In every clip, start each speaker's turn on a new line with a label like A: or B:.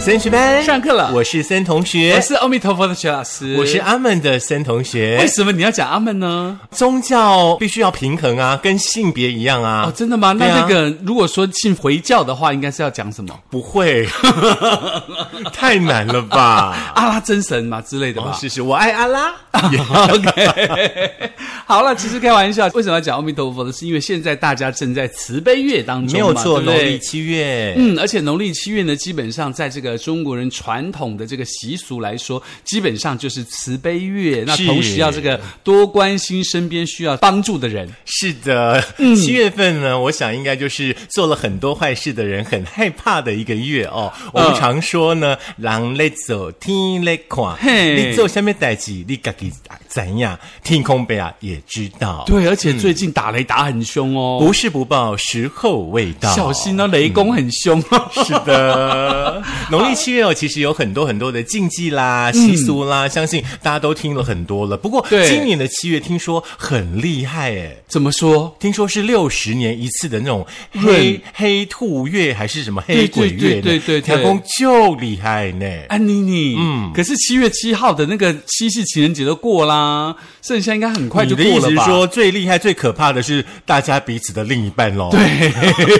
A: 森学班
B: 上课了
A: 我是森同学，
B: 我是阿弥陀佛的徐老师，
A: 我是阿门的森同
B: 为
A: 学。
B: 什么你要讲阿门呢？
A: 宗教必须要平衡啊，跟性别一样啊，
B: 哦，真的吗？那
A: 对啊
B: 那个，如果说信回教的话，应该是要讲什么？
A: 不 会，太难了吧？
B: 阿拉真神嘛之类的
A: 啊哦
B: 吧。
A: 是是，我爱阿拉。
B: OK，好了，其实开玩笑，为什么要讲阿弥陀佛呢？是因为现在大家正在慈悲月当中嘛，
A: 没有错，
B: 对不
A: 农
B: 对
A: 历七月，
B: 嗯，而且农历七月呢，基本上在这个中国人传统的这个习俗来说，基本上就是慈悲月。那
A: 是
B: 同时要这个多关心身边需要帮助的人。
A: 是的，
B: 嗯
A: 七月份呢，我想应该就是做了很多坏事的人很害怕的一个月哦。
B: 嗯
A: 我们常说呢，狼在走，天在看，
B: 嘿
A: 你做下面代志，你自己怎样，天空杯啊也知道，
B: 对，而且最近打雷打很凶哦，
A: 不是不报，时候未到，
B: 小心哦，雷公很凶。
A: 是 的，农历七月哦，其实有很多很多的禁忌啦、习俗啦，相信大家都听了很多了。不过
B: 嗯对
A: 今年的七月听说很厉害诶。
B: 怎么说？
A: 听说是六十年一次的那种
B: 对
A: 黑黑兔月，还是什么黑鬼月呢？
B: 对对对对对
A: 天公就厉害呢。
B: 安妮妮，嗯，可是七月七号的那个七夕情人节都过啦，剩下应该很快
A: 你
B: 就
A: 的
B: 过
A: 意思
B: 了
A: 是
B: 吧？
A: 说，最厉害、最可怕的是大家彼此的另一半 喽？对，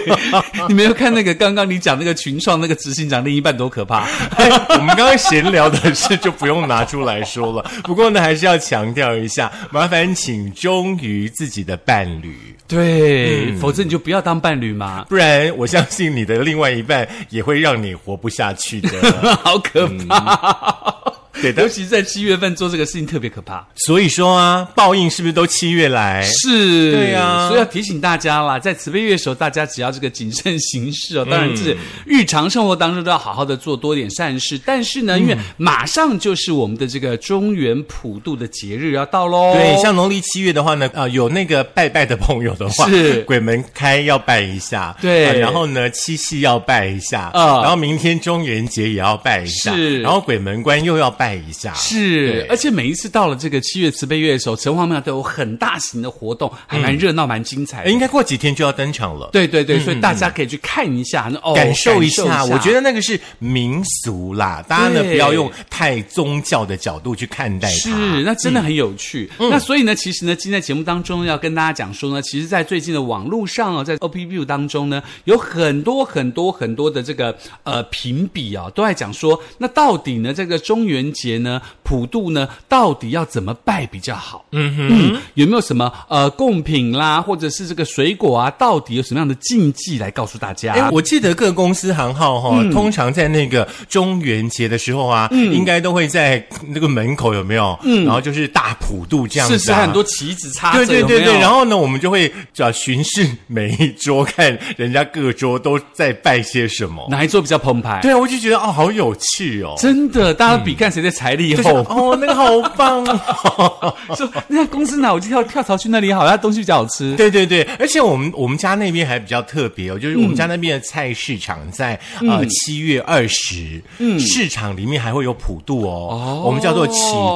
B: 你没有看那个刚刚你讲那个群创那个执行长另一半多可 怕？
A: 哎我们刚刚闲聊的事就不用拿出来说了。不过呢，还是要强调一下，麻烦请忠于自己的伴侣，嗯
B: 对，否则你就不要当伴侣嘛。
A: 不然我相信你的另外一半也会让你活不下去 的。
B: 好可怕。
A: 嗯对的
B: 尤其在七月份做这个事情特别可怕。
A: 所以说啊，报应是不是都七月来？
B: 是，
A: 哎对啊
B: 所以要提醒大家啦，在慈悲月的时候，大家只要这个谨慎行事
A: 嗯
B: 哦。当然，是日常生活当中都要好好的做多点善事。但是
A: 嗯
B: 呢，因为马上就是我们的这个中原普渡的节日要到喽。
A: 对，像农历七月的话呢，啊、有那个拜拜的朋友的话，
B: 是
A: 鬼门开要拜一下，
B: 对
A: 啊然后呢，七夕要拜一下，
B: 啊
A: 然后明天中元节也要拜一下，
B: 是
A: 然后鬼门关又要拜一下，对
B: 是，而且每一次到了这个七月慈悲月的时候，城隍庙都有很大型的活动，还蛮热闹、蛮精彩
A: 哎
B: 的。
A: 应该过几天就要登场了。
B: 对对对，所以大家可以去看一下，那哦，
A: 嗯感受一下，我觉
B: 得。
A: 得那个是民俗啦，大家呢
B: 对
A: 不要用太宗教的角度去看待它。
B: 是，那
A: 嗯
B: 真的很有趣。那所以呢，其实呢，今天在节目当中要跟大家讲说呢，其实，在最近的网络上哦，在 O P P 当中呢，有很多很多很多的这个呃评比啊、都在讲说，那到底呢，这个中元节呢，普渡呢，到底要怎么拜比较好？嗯哼，有没有什么呃贡品啦，或者是这个水果啊，到底有什么样的禁忌来告诉大家？
A: 哎，我记得各公司行号哈、
B: 嗯
A: 通常在那个中元节的时候啊，应该都会在那个门口有没有？然后就是大普渡这样子、啊，
B: 嗯是是很多旗子插
A: 对
B: 着，
A: 对对
B: 有没
A: 对，
B: 有
A: 然后呢，我们就会找巡视每一桌，看人家各桌都在拜些什么。
B: 哪一座比较澎湃？
A: 对啊，我就觉得哦，好有趣哦，
B: 真的，大家比看谁的财力
A: 就是
B: 厚。
A: 哦，那个好棒 哦。
B: 说那家公司哪，我就跳跳槽去那里好了，它东西比较好吃。
A: 对对对，而且我们我们家那边还比较特别哦，就是
B: 嗯
A: 我们家那边的菜市场在、呃七月二十，嗯，市场里面还会有普渡哦，
B: 哦
A: 我们叫做起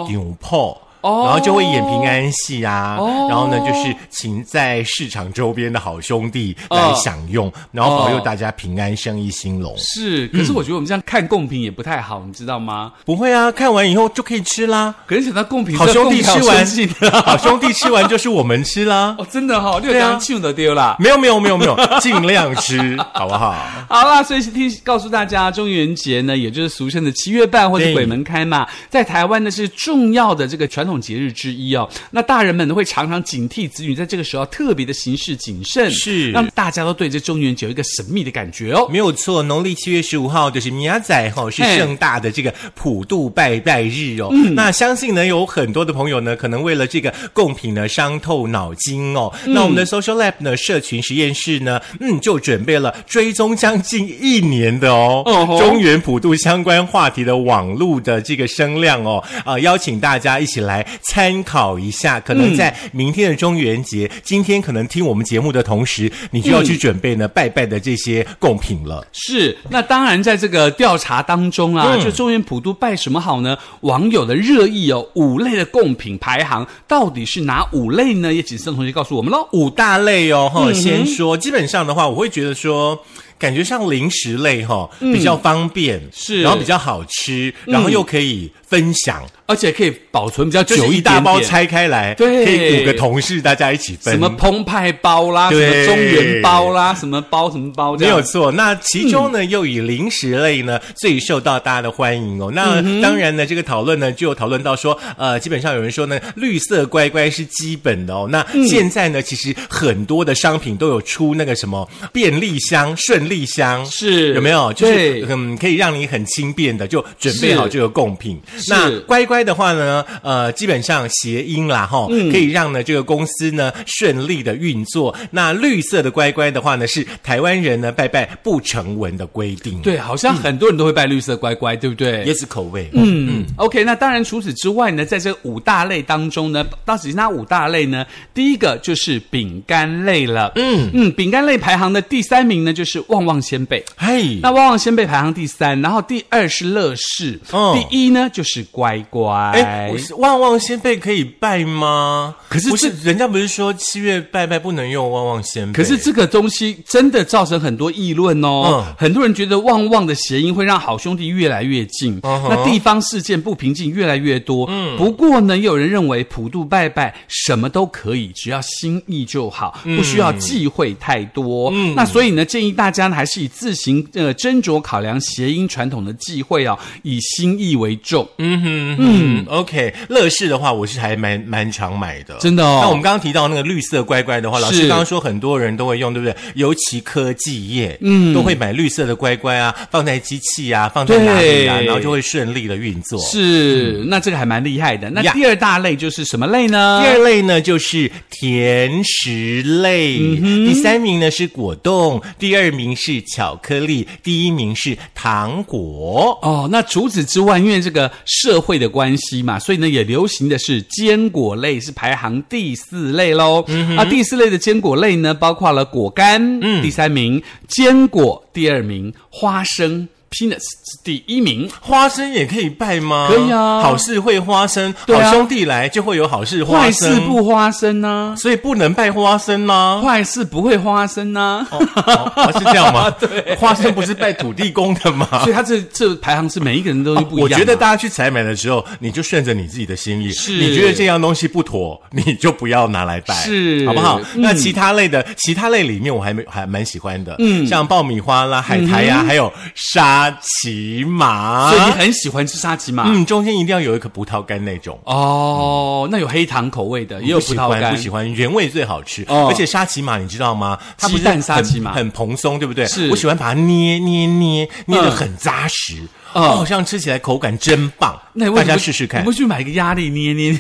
A: 牛炮。
B: 哦
A: 然后就会演平安戏啊，
B: 哦
A: 然后呢，就是请在市场周边的好兄弟来
B: 呃
A: 享用，然后保佑
B: 哦
A: 大家平安生意兴隆。
B: 是，可是我觉得我们这样看贡品也不太好，你知道吗？
A: 不会啊，看完以后就可以吃啦。
B: 可是想到贡品，
A: 好兄弟吃
B: 这贡
A: 完
B: 品好生气的，
A: 好兄弟吃完就是我们吃啦。
B: 哦，真的哈、哦，六
A: 对啊
B: 张庆的丢啦。
A: 没有没有没有没有，尽量吃，好不好？
B: 好啦，所以是听告诉大家，中元节呢，也就是俗称的七月半或者
A: 对
B: 鬼门开嘛，在台湾呢是重要的这个传统节日之一哦。那大人们呢会常常警惕子女在这个时候特别的行事谨慎，
A: 是
B: 让大家都对这中元节有一个神秘的感觉哦。
A: 没有错，农历七月十五号就是米亚仔哈，是
B: 嘿
A: 盛大的这个普渡拜拜日哦。
B: 嗯
A: 那相信呢，有很多的朋友呢，可能为了这个贡品呢伤透脑筋哦。
B: 嗯
A: 那我们的 Social Lab 呢，社群实验室呢，嗯，就准备了追踪将近一年的哦，
B: 哦吼
A: 中原普渡相关话题的网络的这个声量哦，啊、邀请大家一起来参考一下。可能在明天的中元节，今天可能听我们节目的同时，你就要去准备呢、拜拜的这些贡品了。
B: 是，那当然，在这个调查当中啊，
A: 嗯
B: 就中原普渡拜什么好呢？网友的热议哦，五类的贡品排行到底是哪五类呢？也请盛同学告诉我们喽。
A: 嗯五大类哦，哈、先说，基本上的话，我会觉得说。感觉像零食类哈、比较方便，
B: 是
A: 然后比较好吃，然后又可以分享，
B: 而且可以保存比较
A: 嗯就
B: 久
A: 是一
B: 点点
A: 大包拆开来，
B: 对
A: 可以五个同事大家一起分，
B: 什么澎湃包啦，什
A: 对
B: 么中原包啦，什么包什么包
A: 没
B: 这样
A: 有。错，那其中呢，又以零食类呢最受到大家的欢迎哦。
B: 嗯
A: 那当然呢，这个讨论呢就有讨论到说，呃，基本上有人说呢，绿色乖乖是基本的
B: 嗯
A: 哦。那现在呢，其实很多的商品都有出那个什么便利箱、顺利箱，
B: 是
A: 有没有？就是
B: 对
A: 嗯，可以让你很轻便的就准备好
B: 是
A: 这个贡品。那乖乖的话呢，呃，基本上谐音啦哈，
B: 嗯
A: 可以让呢这个公司呢顺利的运作。那绿色的乖乖的话呢，是台湾人呢拜拜不成文的规定，，
B: 对，好像很多人都会拜绿色乖乖，对不对？
A: 也是口味，
B: 嗯，OK，那当然除此之外呢，在这五大类当中呢，到底是哪五大类呢？第一个就是饼干类了，嗯嗯，饼干类排行的第三名呢就是旺旺仙贝。
A: 嘿，
B: 那旺旺仙贝排行第三，然后第二是乐事，
A: 哦
B: 第一呢就是乖乖。
A: 哎，我是旺旺仙贝可以拜吗？
B: 可是
A: 不是
B: 这
A: 人家不是说七月拜拜不能用旺旺仙贝？
B: 可是这个东西真的造成很多议论哦，
A: 嗯
B: 很多人觉得旺旺的谐音会让好兄弟越来越近，
A: 嗯哼
B: 那地方事件不平静越来越多。嗯，不过呢，也有人认为普渡拜拜什么都可以，只要心意就好，
A: 嗯
B: 不需要忌讳太多。嗯，那所以呢，建议大家呢还是以自行呃斟酌考量谐音传统的忌讳哦，以心意为重。
A: 嗯哼嗯，OK，乐事的话，我是还蛮蛮常买的，
B: 真的哦
A: 那我们刚刚提到那个绿色乖乖的话，老
B: 是
A: 师刚刚说很多人都会用，对不对？尤其科技业，嗯，都会买绿色的乖乖啊，放在机器啊，放在哪里啊，
B: 对
A: 然后就会顺利的运作。
B: 是，那这个还蛮厉害的。那
A: 呀
B: 第二大类就是什么类呢？
A: 第二类呢就是甜食类，
B: 嗯
A: 第三名呢是果冻，第二名是巧克力，第一名是糖果。
B: 哦，那除此之外，因为这个社会的关系嘛，所以呢，也流行的是坚果类是排行第四类喽。
A: 嗯
B: 啊，第四类的坚果类呢，包括了果干，嗯，第三名；坚果第二名，花生 （peanuts） 是第一名。
A: 花生也可以拜吗？
B: 可以啊
A: 好事会花生，
B: 对啊
A: 好兄弟来就会有好事花
B: 坏事
A: 生。
B: 不花生呢、
A: 所以不能拜花生啦、
B: 坏事不会花生啊呢、
A: 哦是这样 吗？对，花生不是拜土地公的吗？
B: 所以它这这排 行是每一个人都不一
A: 我
B: 样嘛、啊
A: 觉得大家去采买的时候，你就顺着你自己的心意，
B: 是
A: 你觉得这样东西不妥， 你就不要拿来拜，
B: 是
A: 好不好？
B: 嗯
A: 那其他类的，其他类里面我还没还蛮喜欢的，嗯，像爆米花啦、海苔呀、还有沙琪玛
B: 所，以你很喜欢吃沙琪玛。
A: 啊嗯，中间一定要有一颗葡萄干那种。
B: 哦，那有黑糖口味的，也有
A: 不
B: 葡
A: 喜
B: 萄
A: 欢
B: 干，
A: 不喜欢原味最好吃，
B: 哦
A: 而且沙琪玛你知道吗？它不是
B: 鸡蛋
A: 很
B: 沙琪玛
A: 很蓬松，对不对？
B: 是
A: 我喜欢把它捏捏捏捏
B: 嗯
A: 的很扎实，
B: 嗯
A: 哦，好像吃起来口感真棒。
B: 那你为
A: 大家
B: 什么不
A: 试试
B: 你
A: 看
B: 不，去买个压力捏捏捏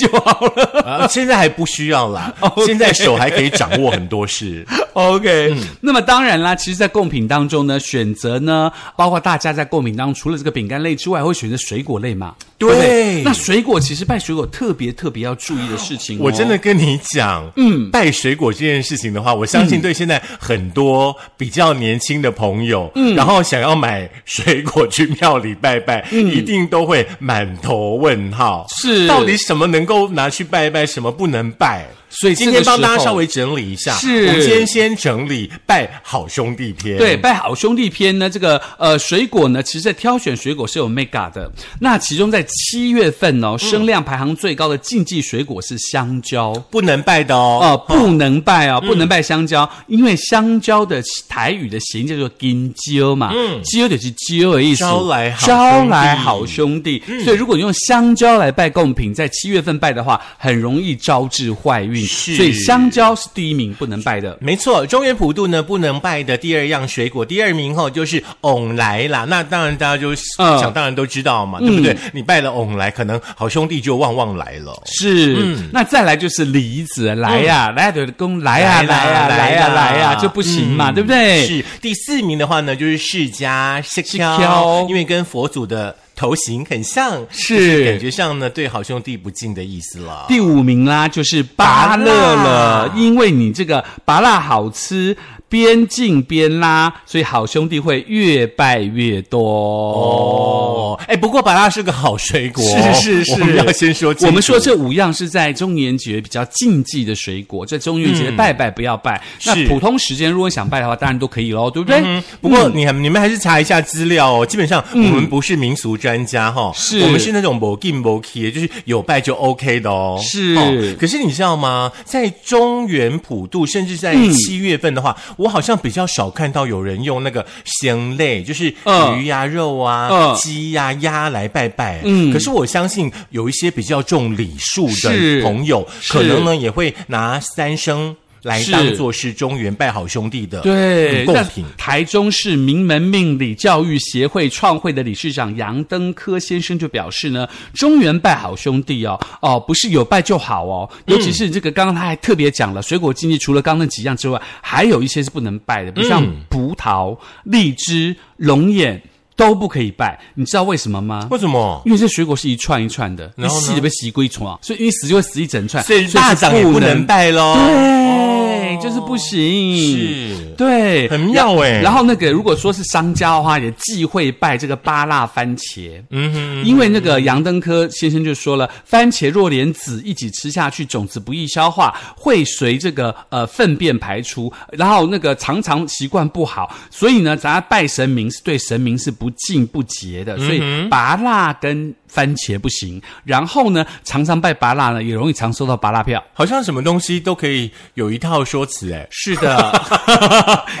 B: 就好了。哦
A: 啊现在还不需要 啦
B: OK，
A: 现在手还可以掌握很多事。
B: OK，、那 么当然啦，其实，在贡品当中呢，选择呢，包括大家在贡品当中，除了这个饼干类之外，会选择水果类嘛？
A: 对
B: 不那水果其实拜水果特别特别要注意的事情、哦，
A: 我真的。跟你讲，嗯，带水果这件事情的话，我相
B: 嗯
A: 信对现在很多比较年轻的朋友，嗯，然后想要买水果去庙里拜拜，一定都会满头问号，
B: 嗯是
A: 到底什么能够拿去拜拜，什么不能拜？
B: 所以这
A: 今
B: 个
A: 天帮
B: 时
A: 大家
B: 候
A: 稍微整理一下，
B: 是
A: 我们今天先整理拜好兄弟篇，
B: 对，拜好兄弟篇呢，这个呃水果呢，其实在挑选水果是有 mega 的。那其中在七月份
A: 嗯
B: 哦，声量排行最高的禁忌水果是香蕉。
A: 不能拜的哦，嗯
B: 哦，不能拜哦，不能拜香蕉，因为香蕉的台语的谐音叫做金蕉嘛，嗯，蕉就是蕉的意思，
A: 招来好嗯
B: 招来好兄弟，所以如果你用香蕉来拜贡品，在七月份拜的话，很容易招致坏运，
A: 是
B: 所以香蕉是第一名不能拜的。
A: 没错，中原普渡呢不能拜的第二样水果，第二名后就是翁来啦。那当然大家就
B: 嗯
A: 想当然都知道嘛，对不对？你拜了翁来，可能好兄弟就旺旺来了。
B: 是，
A: 嗯
B: 那再来就是梨子，来呀、来的公来
A: 来
B: 呀、来
A: 啦
B: 呀、来
A: 来
B: 呀、
A: 啦
B: 来呀、就不行嘛，
A: 嗯
B: 对不对？
A: 是第四名的话呢，就是释迦释
B: 释
A: 迦
B: 迦，
A: 因为跟佛祖的头型很像，
B: 是
A: 感觉上呢对好兄弟不敬的意思了。
B: 第五名啦，就是芭乐了，
A: 芭乐
B: 因为你这个芭乐好吃，边进边拉，所以好兄弟会越败越多。哦，
A: 哦，哎，不过芭乐是个好水果，
B: 是是是
A: 我们要先说清楚，
B: 我们说这五样是在中元节比较禁忌的水果，在中元节拜拜不要拜。
A: 是
B: 那普通时间如果想拜的话，当然都可以喽，对不对？
A: 不
B: 嗯
A: 过你还你们还是查一下资料哦，基本上我们不是民俗专家哈、
B: 是
A: 我们是那种 b o g i n b o k i 就是有拜就 OK 的哦。
B: 是
A: 哦可是你知道吗？在中原普渡，甚至在
B: 嗯
A: 七月份的话，我好像比较少看到有人用那个鲜类，就是
B: 嗯
A: 鱼呀、肉啊、
B: 嗯
A: 鸡呀、鸭来拜拜。
B: 嗯
A: 可是我相信有一些比较重礼数
B: 是
A: 的朋友，
B: 是
A: 可能呢也会拿三生。来
B: 是
A: 当做是中原拜好兄弟的
B: 对，
A: 嗯贡
B: 那
A: 品，
B: 台中市名门命理教育协会创会的理事长杨登科先生就表示呢，中原拜好兄弟哦，哦，不是有拜就好哦，
A: 嗯
B: 尤其是这个刚刚他还特别讲了，水果禁忌除了刚刚那几样之外，还有一些是不能拜
A: 嗯
B: 的，比如像葡萄、荔枝、龙眼都不可以拜，你知道为什么吗？
A: 为什么？
B: 因为这水果是一串一串的，你
A: 然后呢
B: 洗被洗过一串，所以你死就会死一整串，
A: 所以大
B: 是
A: 长也不能
B: 能。
A: 拜喽。
B: 对，就是不行。
A: 是
B: 对，
A: 很妙欸
B: 然然后那个如果说是商家的话，也忌讳拜这个芭辣番茄。
A: 嗯哼，
B: 因为那个杨登科先生就说了，番茄若连籽一起吃下去，种子不易消化，会随这个呃粪便排出，然后那个常常习惯不好，所以呢，咱家拜神明是对神明是不敬不
A: 嗯
B: 洁的，所以拔蜡跟番茄不行。然后呢，常常拜拔蜡呢，也容易常收到拔蜡票。
A: 好像什么东西都可以有一套说辞哎。
B: 是的，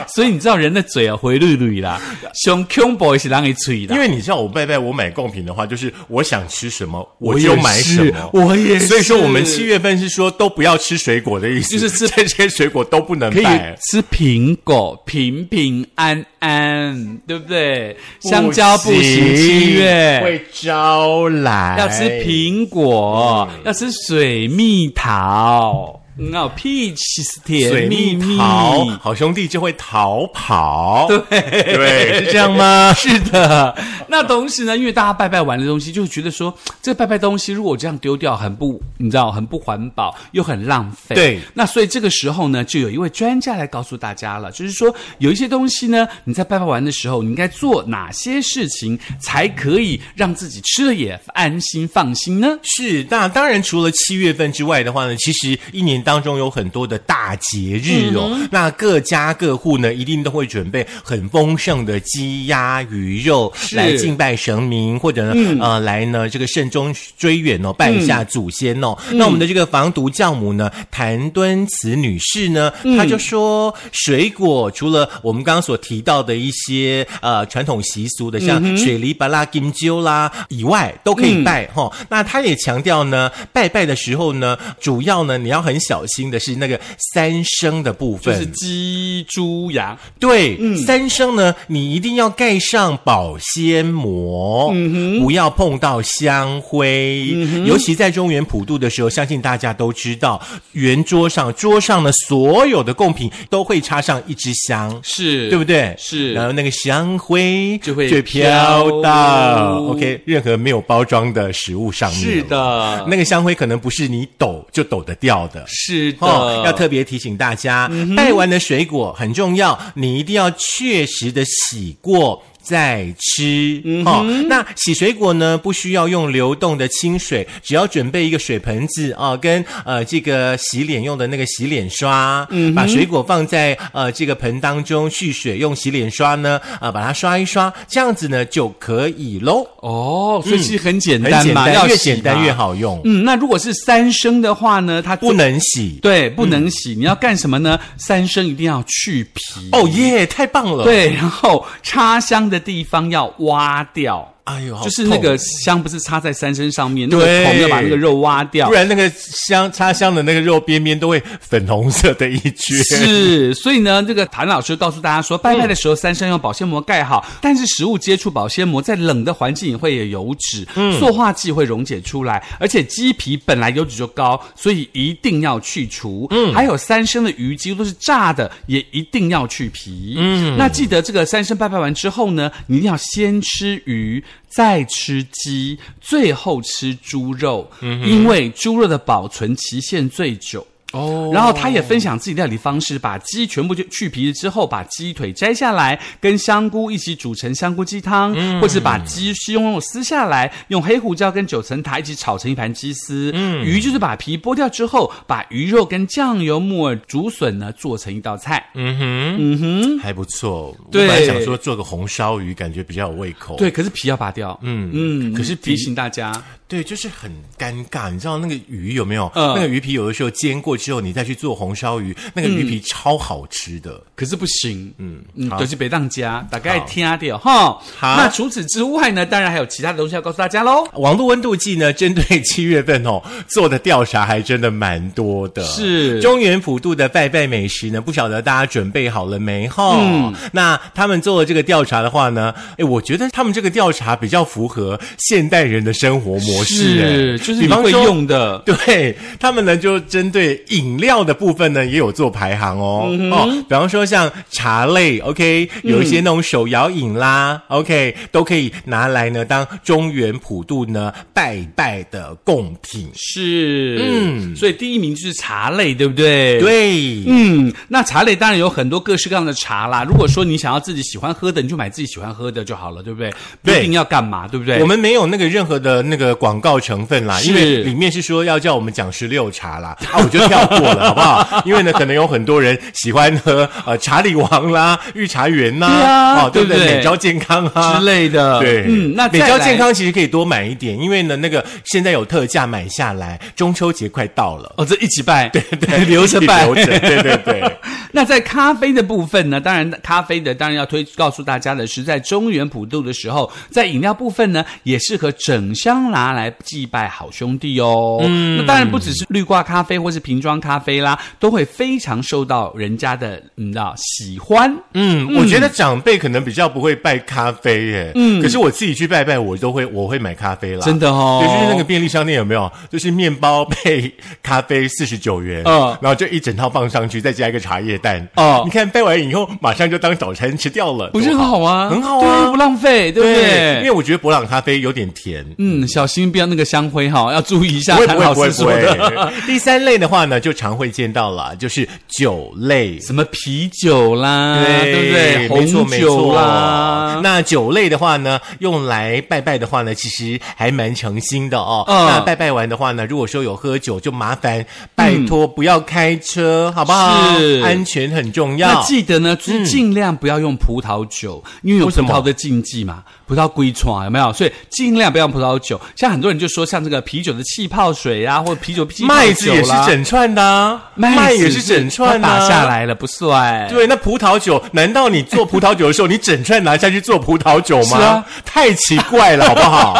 B: 所以你知道人的嘴啊回绿绿啦，像 Q boy 是让你吹的
A: 因。为你知道我拜拜，我买贡品的话，就是我想吃什么我
B: 也
A: 就买什
B: 是
A: 么。
B: 我也是
A: 所以说，我们七月份是说都不要吃水果的意思，
B: 就是吃
A: 这些水果都不能
B: 可以
A: 拜。
B: 吃苹果，平平安安，对不对？香蕉不行，七月
A: 会招来，
B: 要吃苹果，
A: 嗯
B: 要吃水蜜桃，那 peach 是
A: 水
B: 甜蜜
A: 蜜
B: 蜜，
A: 桃，好兄弟就会逃跑。
B: 对
A: 对，是这样吗？
B: 是的， 那同时呢，因为大家拜拜完的东西，就觉得说这拜拜东西如果这样丢掉，很不，你知道，很不环保，又很浪费。
A: 对
B: 那所以这个时候呢，就有一位专家来告诉大家了，就是说有一些东西呢，你在拜拜完的时候，你应该做哪些事情，才可以让自己吃了也安心放心呢？
A: 是，那当然除了七月份之外的话呢，其实一年当中有很多的大节日哦。那各家各户呢，一定都会准备很丰盛的鸡鸭鱼肉来敬拜神明，或者呢、
B: 嗯
A: 呃来呢这个慎终追远哦，拜一下祖先哦。
B: 嗯
A: 那我们的这个防毒教母呢，谭敦慈女士呢，
B: 嗯
A: 她就说，水果除了我们刚刚所提到的一些呃传统习俗的，
B: 嗯
A: 像水梨、巴拉、金鸠啦以外，都可以拜哈、吼那她也强调呢，拜拜的时候呢，主要呢你要很小心的是那个三生的部
B: 就
A: 分，
B: 是鸡、猪、羊，
A: 对，
B: 嗯
A: 三生呢，你一定要盖上保鲜膜，
B: 嗯
A: 不要碰到香灰。尤其在中原普渡的时候，相信大家都知道，圆桌上桌上的所有的贡品都会插上一支香。
B: 是
A: 对嗯不？对？
B: 是
A: 然后那个香灰
B: 就会
A: 飘到
B: 飘
A: OK 任何没有包装的食物上面。
B: 是，的，
A: 那个香灰可能不是你抖就抖得掉的。
B: 是的，
A: 哦，要特别提醒大家，
B: 嗯
A: 拜完的水果很重要，你一定要确实的洗过。再吃、
B: 嗯
A: 哦，那洗水果呢？不需要用流动的清水，只要准备一个水盆子啊、跟呃这个洗脸用的那个洗脸刷，
B: 嗯
A: 把水果放在呃这个盆当中蓄水，用洗脸刷呢啊、呃把它刷一刷，这样子呢就可以喽。
B: 哦，所以其实很简
A: 很
B: 单
A: 简
B: 嘛，
A: 单，
B: 要
A: 越
B: 洗
A: 简单
B: 嘛
A: 越好用，
B: 嗯，那如果是三升的话呢，它
A: 不能洗。嗯
B: 对不能洗，你要干什么呢？三升一定要去皮
A: 哦耶，太棒了！，
B: 对，然后插香的地方要挖掉。
A: 哎呦，好
B: 就是那
A: 痛
B: 个香不是插在三升上面，那个
A: 对
B: 桶要把那个肉挖掉
A: 不。然那个香插香的那个肉边边都会粉红色的一圈。
B: 是，所以呢，这个谭老师告诉大家说，拜拜的时候三生用保鲜膜盖好，但是食物接触保鲜膜，在冷的环境也会有油脂，塑化剂会溶解出来，而且鸡皮本来油脂就高，所以一定要去除。嗯，还有三生的鱼几乎都是炸的，也一定要去皮。嗯，那记得这个三生拜拜完之后呢，你一定要先吃鱼。再吃嗯鸡，最后吃猪肉，因为猪肉的保存期限最久。
A: 哦
B: 然后他也分享自己料理方式，把鸡全部就去皮之后，把鸡腿摘下来，跟香菇一起煮成香菇鸡汤，
A: 嗯
B: 或是把鸡胸肉撕下来，用黑胡椒跟九层塔一起炒成一盘鸡丝。嗯，鱼就是把皮剥掉之后，把鱼肉跟酱油、木耳、竹笋呢做成一道菜。
A: 嗯哼，嗯哼，还不错。
B: 对
A: 我本来想说做个红烧鱼，感觉比较有胃口。
B: 对，可是皮要拔掉。嗯嗯，可是提醒大家，
A: 对，就是很尴尬。你知道那个鱼有没有？
B: 嗯
A: 那个鱼皮有的时候煎过之后，你再去做红烧鱼，那个鱼
B: 嗯
A: 皮超好吃的。
B: 可是不行，嗯嗯，
A: 好
B: 就是北当家，大概
A: 好
B: 听掉哈。
A: 好
B: 那除此之外呢，当然还有其他的东西要告诉大家喽。
A: 网络温度计呢，针对七月份哦做的调查还真的蛮多的。
B: 是
A: 中原普渡的拜拜美食呢，不晓得大家准备好了没哈？
B: 嗯
A: 那他们做了这个调查的话呢，诶，我觉得他们这个调查比较符合现代人的生活模式，诶
B: 就是
A: 比
B: 你
A: 方
B: 会
A: 说
B: 用 的。
A: 对他们呢，就针对饮料的部分呢，也有做排行哦。
B: 嗯
A: 哦，比方说像茶类，OK，有一些那种手摇饮啦、o k 都可以拿来呢当中原普渡呢拜拜的贡品。
B: 是，
A: 嗯
B: 嗯，所以第一名就是茶类，对不对？。
A: 对，
B: 嗯，那茶类当然有很多各式各样的茶啦。如果说你想要自己喜欢喝的，你就买自己喜欢喝的就好了，对不对？不
A: 对
B: 一定要干嘛，对不对？
A: 我们没有那个任何的那个广告成分啦，
B: 是
A: 因为里面是说要叫我们讲十六茶啦， 啊，我就跳过了，好不好？因为呢，可能有很多人喜欢喝呃茶里王啦、御茶园呐、
B: 对啊
A: 哦，对不对？
B: 对不对
A: 美招健康啊
B: 之类的，
A: 对，
B: 嗯，那
A: 比
B: 再
A: 较
B: 来
A: 健。康其实可以多买一点，因为呢，那个现在有特价买下来，中秋节快到 了，
B: 哦，这一起拜，对
A: 对
B: 留着拜，
A: 留着，对对 对，
B: 那在咖啡的部分呢？当然，咖啡的当然要推告诉大家的是，在中原普渡的时候，在饮料部分呢，也适合整箱拿来祭拜好兄弟哦。嗯，那当然不只是绿挂咖啡或是瓶装咖啡啦，都会非常受到人家的你知道喜欢。
A: 嗯，我觉得长辈可能比较不会拜咖啡耶，嗯，可是我自己去拜拜，我都会，我会买咖啡啦，
B: 真的哦
A: 对就是那个便利商店有没有，就是面包配 咖啡四十九元，
B: 嗯
A: 然后就一整套放上去，再加一个茶叶蛋，
B: 哦
A: 你看拜完以后，马上就当早餐吃掉了，
B: 不是很好吗？
A: 很好啊
B: 对，不浪费，对
A: 多
B: 不
A: 好
B: 对？
A: 因为我觉得博朗咖啡有点甜，
B: 嗯，小心不要那个香灰哈，要注意一下。
A: 不会
B: 谭
A: 不会
B: 老
A: 不
B: 师
A: 会不
B: 说的。
A: 会。第三类的话呢，就常会见到了，就是酒类。
B: 什么啤酒啦，
A: 对
B: 不对？
A: 没错
B: 红
A: 没
B: 酒
A: 错
B: 啦，
A: 那酒类的话呢，用来拜拜的话呢，其实还蛮诚心的哦。
B: 嗯
A: 那拜拜完的话呢，如果说有喝酒，就麻烦拜托不要开车，好不好？
B: 是
A: 安全很重
B: 那
A: 要。
B: 记得呢，就是尽量不要用葡萄酒，因为有
A: 为
B: 葡
A: 什么
B: 萄的禁忌嘛，葡萄归床有没有？所以尽量不要用葡萄酒。像很多人就说，像这个啤酒的气泡水啊，或者啤酒气泡
A: 麦子
B: 酒
A: 也是
B: 啦，
A: 整串的、啊，
B: 麦
A: 也是
B: 子
A: 整串的、
B: 它
A: 啊，
B: 打下。来了不算。
A: 对，那葡萄酒，难道你做葡萄酒的时候，你整串拿下去做葡萄酒吗？
B: 是啊
A: 太奇怪了，好不 好？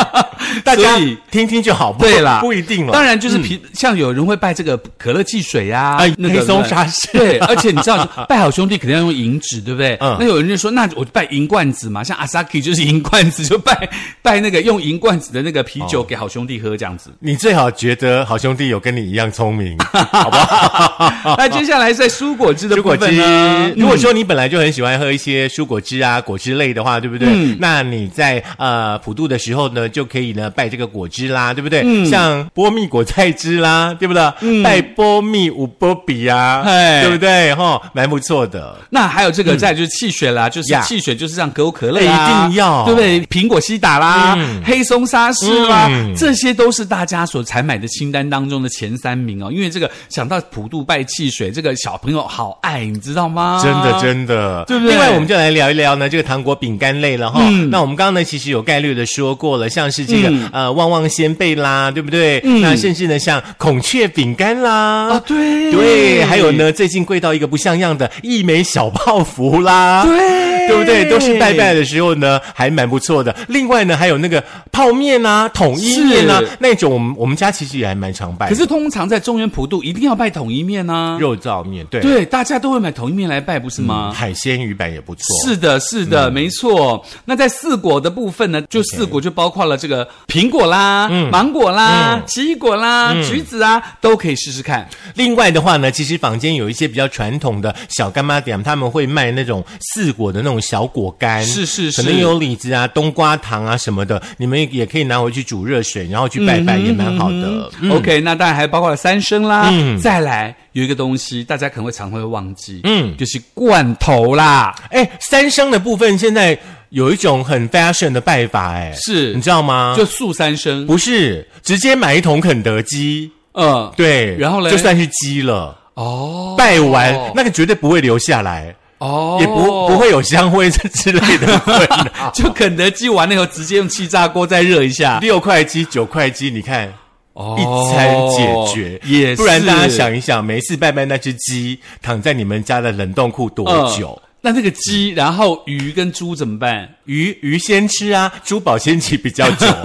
A: 大家
B: 所以
A: 听听就好，不
B: 对啦，
A: 不一定了。嗯
B: 当然就是啤，像有人会拜这个可乐汽水呀、
A: 哎
B: 那
A: 黑
B: 个
A: 松沙士
B: 对，而且你知道拜好兄弟肯定要用银纸，对不对？
A: 嗯
B: 那有人就说，那我就拜银罐子嘛，像阿萨 k 就是银罐子，就拜拜那个用银罐子的那个啤
A: 哦
B: 酒给好兄弟喝这样子。
A: 你最好觉得好兄弟有跟你一样聪 明，好不好？
B: 那接下来在蔬果汁的
A: 蔬
B: 部
A: 果汁嗯
B: 分啊嗯呢，？
A: 如果说你本来就很喜欢喝一些蔬果汁啊、果汁类的话，对不对？
B: 嗯
A: 那你在呃普渡的时候呢，就可以呢拜这个果汁啦，对不对？
B: 嗯
A: 像波蜜果菜汁啦，对不对？拜波蜜五波比啊，
B: 嘿
A: 对不对？哈，蛮不错的。
B: 那还有这个，再来就是汽水啦，就是
A: 呀
B: 汽水就是像可口可乐啦，
A: 一定要
B: 对不对？苹果西打啦，黑松沙士啦
A: 嗯，
B: 这些都是大家所采买的清单当中的前三名哦。因为这个想到普渡拜汽水，这个小朋友好爱，你知道吗？
A: 真的，真的，
B: 啊对不对嗯
A: 另外，我们就来聊一聊呢，这个糖果饼干类了哈。那我们刚刚呢，其实有概率的说过了，像是这个、呃旺旺仙贝啦，对不对？
B: 嗯
A: 那甚至呢，像孔雀饼干啦，
B: 啊，对
A: 对，还有，呢，最近贵到一个不像样的一枚小泡芙啦，
B: 对
A: 对不对？都是拜拜的时候呢，还蛮不错的。另外呢，还有那个泡面啊、统一面啊
B: 是
A: 那种，我们我们家其实也还蛮常拜的，
B: 可是通常在中原普渡一定要拜统一面啊，
A: 肉燥面对，
B: 对，大家都会买统一面来拜，不是吗？
A: 海鲜鱼板也不错，嗯
B: 是的，是的，没错。那在四果的部分呢，就四果就包括了这个个苹果啦、
A: 嗯
B: 芒果啦、奇异果啦、橘子啊，都可以试试看。
A: 另外的话呢，其实坊间有一些比较传统的小干妈店，他们会卖那种四果的那种小果干，
B: 是是是
A: 可能有李子啊、冬瓜糖啊什么的，你们也可以拿回去煮热水，然后去拜哎拜，也蛮好的。嗯
B: OK，那当然还包括了三生啦。再来有一个东西，大家可能会常会忘记，嗯，就是罐头啦。
A: 哎，三生的部分现在有一种很 fashion 的拜法，哎，
B: 是
A: 你知道吗？
B: 就素三生，
A: 不是直接买一桶肯德基，
B: 嗯，
A: 对，
B: 然后嘞
A: 就算是鸡了。
B: 哦，
A: 拜完、那个绝对不会留下来，
B: 哦，。
A: 也不不会有香灰这之类的味道
B: 就肯德基完了以后，直接用气炸锅再热一下，
A: 六块鸡、九块鸡，你看。
B: 哦
A: 一餐解决，
B: 也是
A: 不然大家想一想，每一次拜拜那只鸡躺在你们家的冷冻库多久？嗯
B: 呃那这个鸡，然后鱼跟猪怎么办？
A: 鱼鱼先吃啊，猪保鲜期比较久。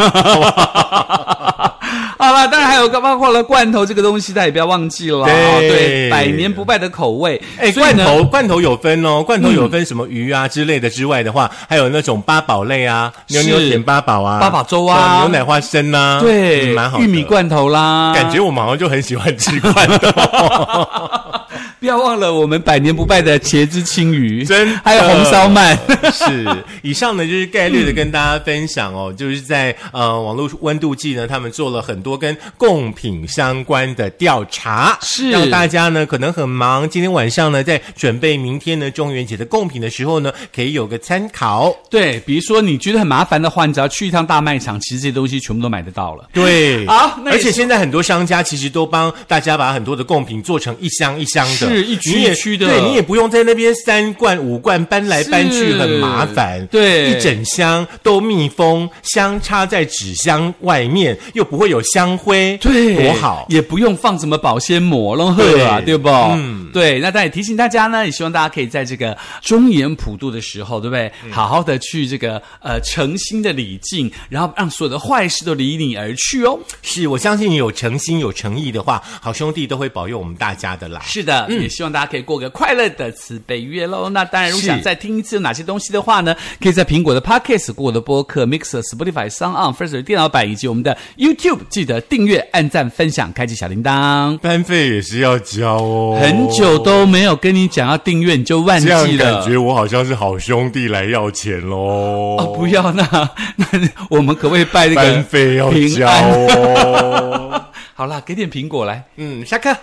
B: 好了，当然还有个包括了罐头这个东西，大家也不要忘记了。哦
A: 对
B: 百年不败的口味。
A: 哎，
B: 所以
A: 罐
B: 呢嗯
A: 头罐头有分哦，罐头有分什么鱼啊之类的之外的话，还有那种八宝类啊，牛
B: 是
A: 牛甜八宝啊，
B: 八宝粥啊
A: 呃牛奶花生啊，
B: 对
A: 嗯蛮好的。
B: 玉米罐啊头啦，
A: 感觉我们好像就很喜欢吃罐头。
B: 不要忘了我们百年不败的茄汁青鱼，
A: 真的
B: 还有红烧鳗。
A: 是，以上呢就是概率的跟大家分享哦，就是在呃网络温度计呢，他们做了很多跟贡品相关的调查，
B: 是
A: 让大家呢可能很忙，今天晚上呢在准备明天呢中元节的贡品的时候呢，可以有个参考。
B: 对，比如说你觉得很麻烦的话，你只要去一趟大卖场，其实这些东西全部都买得到了。
A: 对，
B: 好那
A: 而
B: 也
A: 且
B: 是
A: 现在很多商家其实都帮大家把很多的贡品做成一箱一箱的，
B: 是一区
A: 你也
B: 一区的
A: 对你也不用在那边三罐五罐搬来搬去，
B: 是
A: 很麻烦。
B: 对
A: 一整箱都密封，箱插在纸箱外面，又不会有香灰，
B: 对，
A: 多好。
B: 也不用放什么保鲜膜弄呵啊，
A: 对
B: 对不？嗯，对。那但也提醒大家呢，也希望大家可以在这个中原普渡的时候，对不对？
A: 嗯
B: 好好的去这个呃诚心的礼敬，然后让所有的坏事都离你而去哦。
A: 是我相信你有诚心有诚意的话，好兄弟都会保佑我们大家的啦。
B: 是的，也希望大家可以过个快乐的慈悲月喽。那当然，如果
A: 是
B: 想再听一次有哪些东西的话呢，可以在苹果的 Podcast、Google 的播客、Mixer、Spotify、s o n On、First 电脑版以及我们的 YouTube，记得订阅、按赞、分享、开启小铃铛。
A: 班费也是要交哦
B: 很久都没有跟你讲要订阅，你就忘记了。
A: 我好像是好兄弟来要钱喽
B: 哦，不要那那我们可不可以拜那个
A: 班费要
B: 平
A: 交
B: 安？
A: 哦。
B: 好啦，给点苹果来。
A: 嗯，下课。